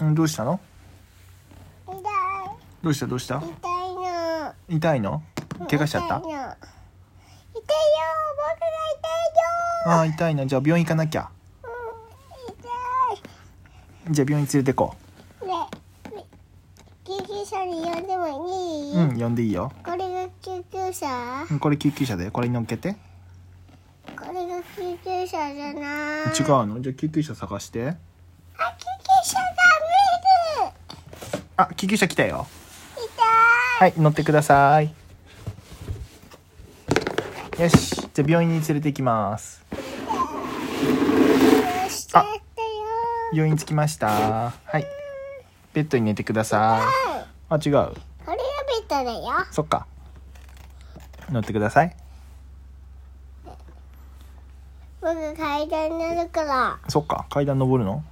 うんどうしたの痛いどうしたどうした痛いの痛いの怪我しちゃった痛いの痛いよ僕あー痛いなじゃあ病院行かなきゃがじゃあ病院連れてこ痛いよ、うん、痛いねね救急車に呼んでもいい、ううん呼んでいいよこれが救急車うんこれ救急車だよこれに乗っけて違うこれが救急車じゃないのじゃあ救急車探してあ救急車があ救急車来たよ見る痛いはい乗ってくださいよしじゃあ病院に連れて行きますどうしちゃったよ病院着きましたはいベッドに寝てくださはいいあ違うこれがベッドだよそっか乗ってください僕階段になるからそっか階段登るの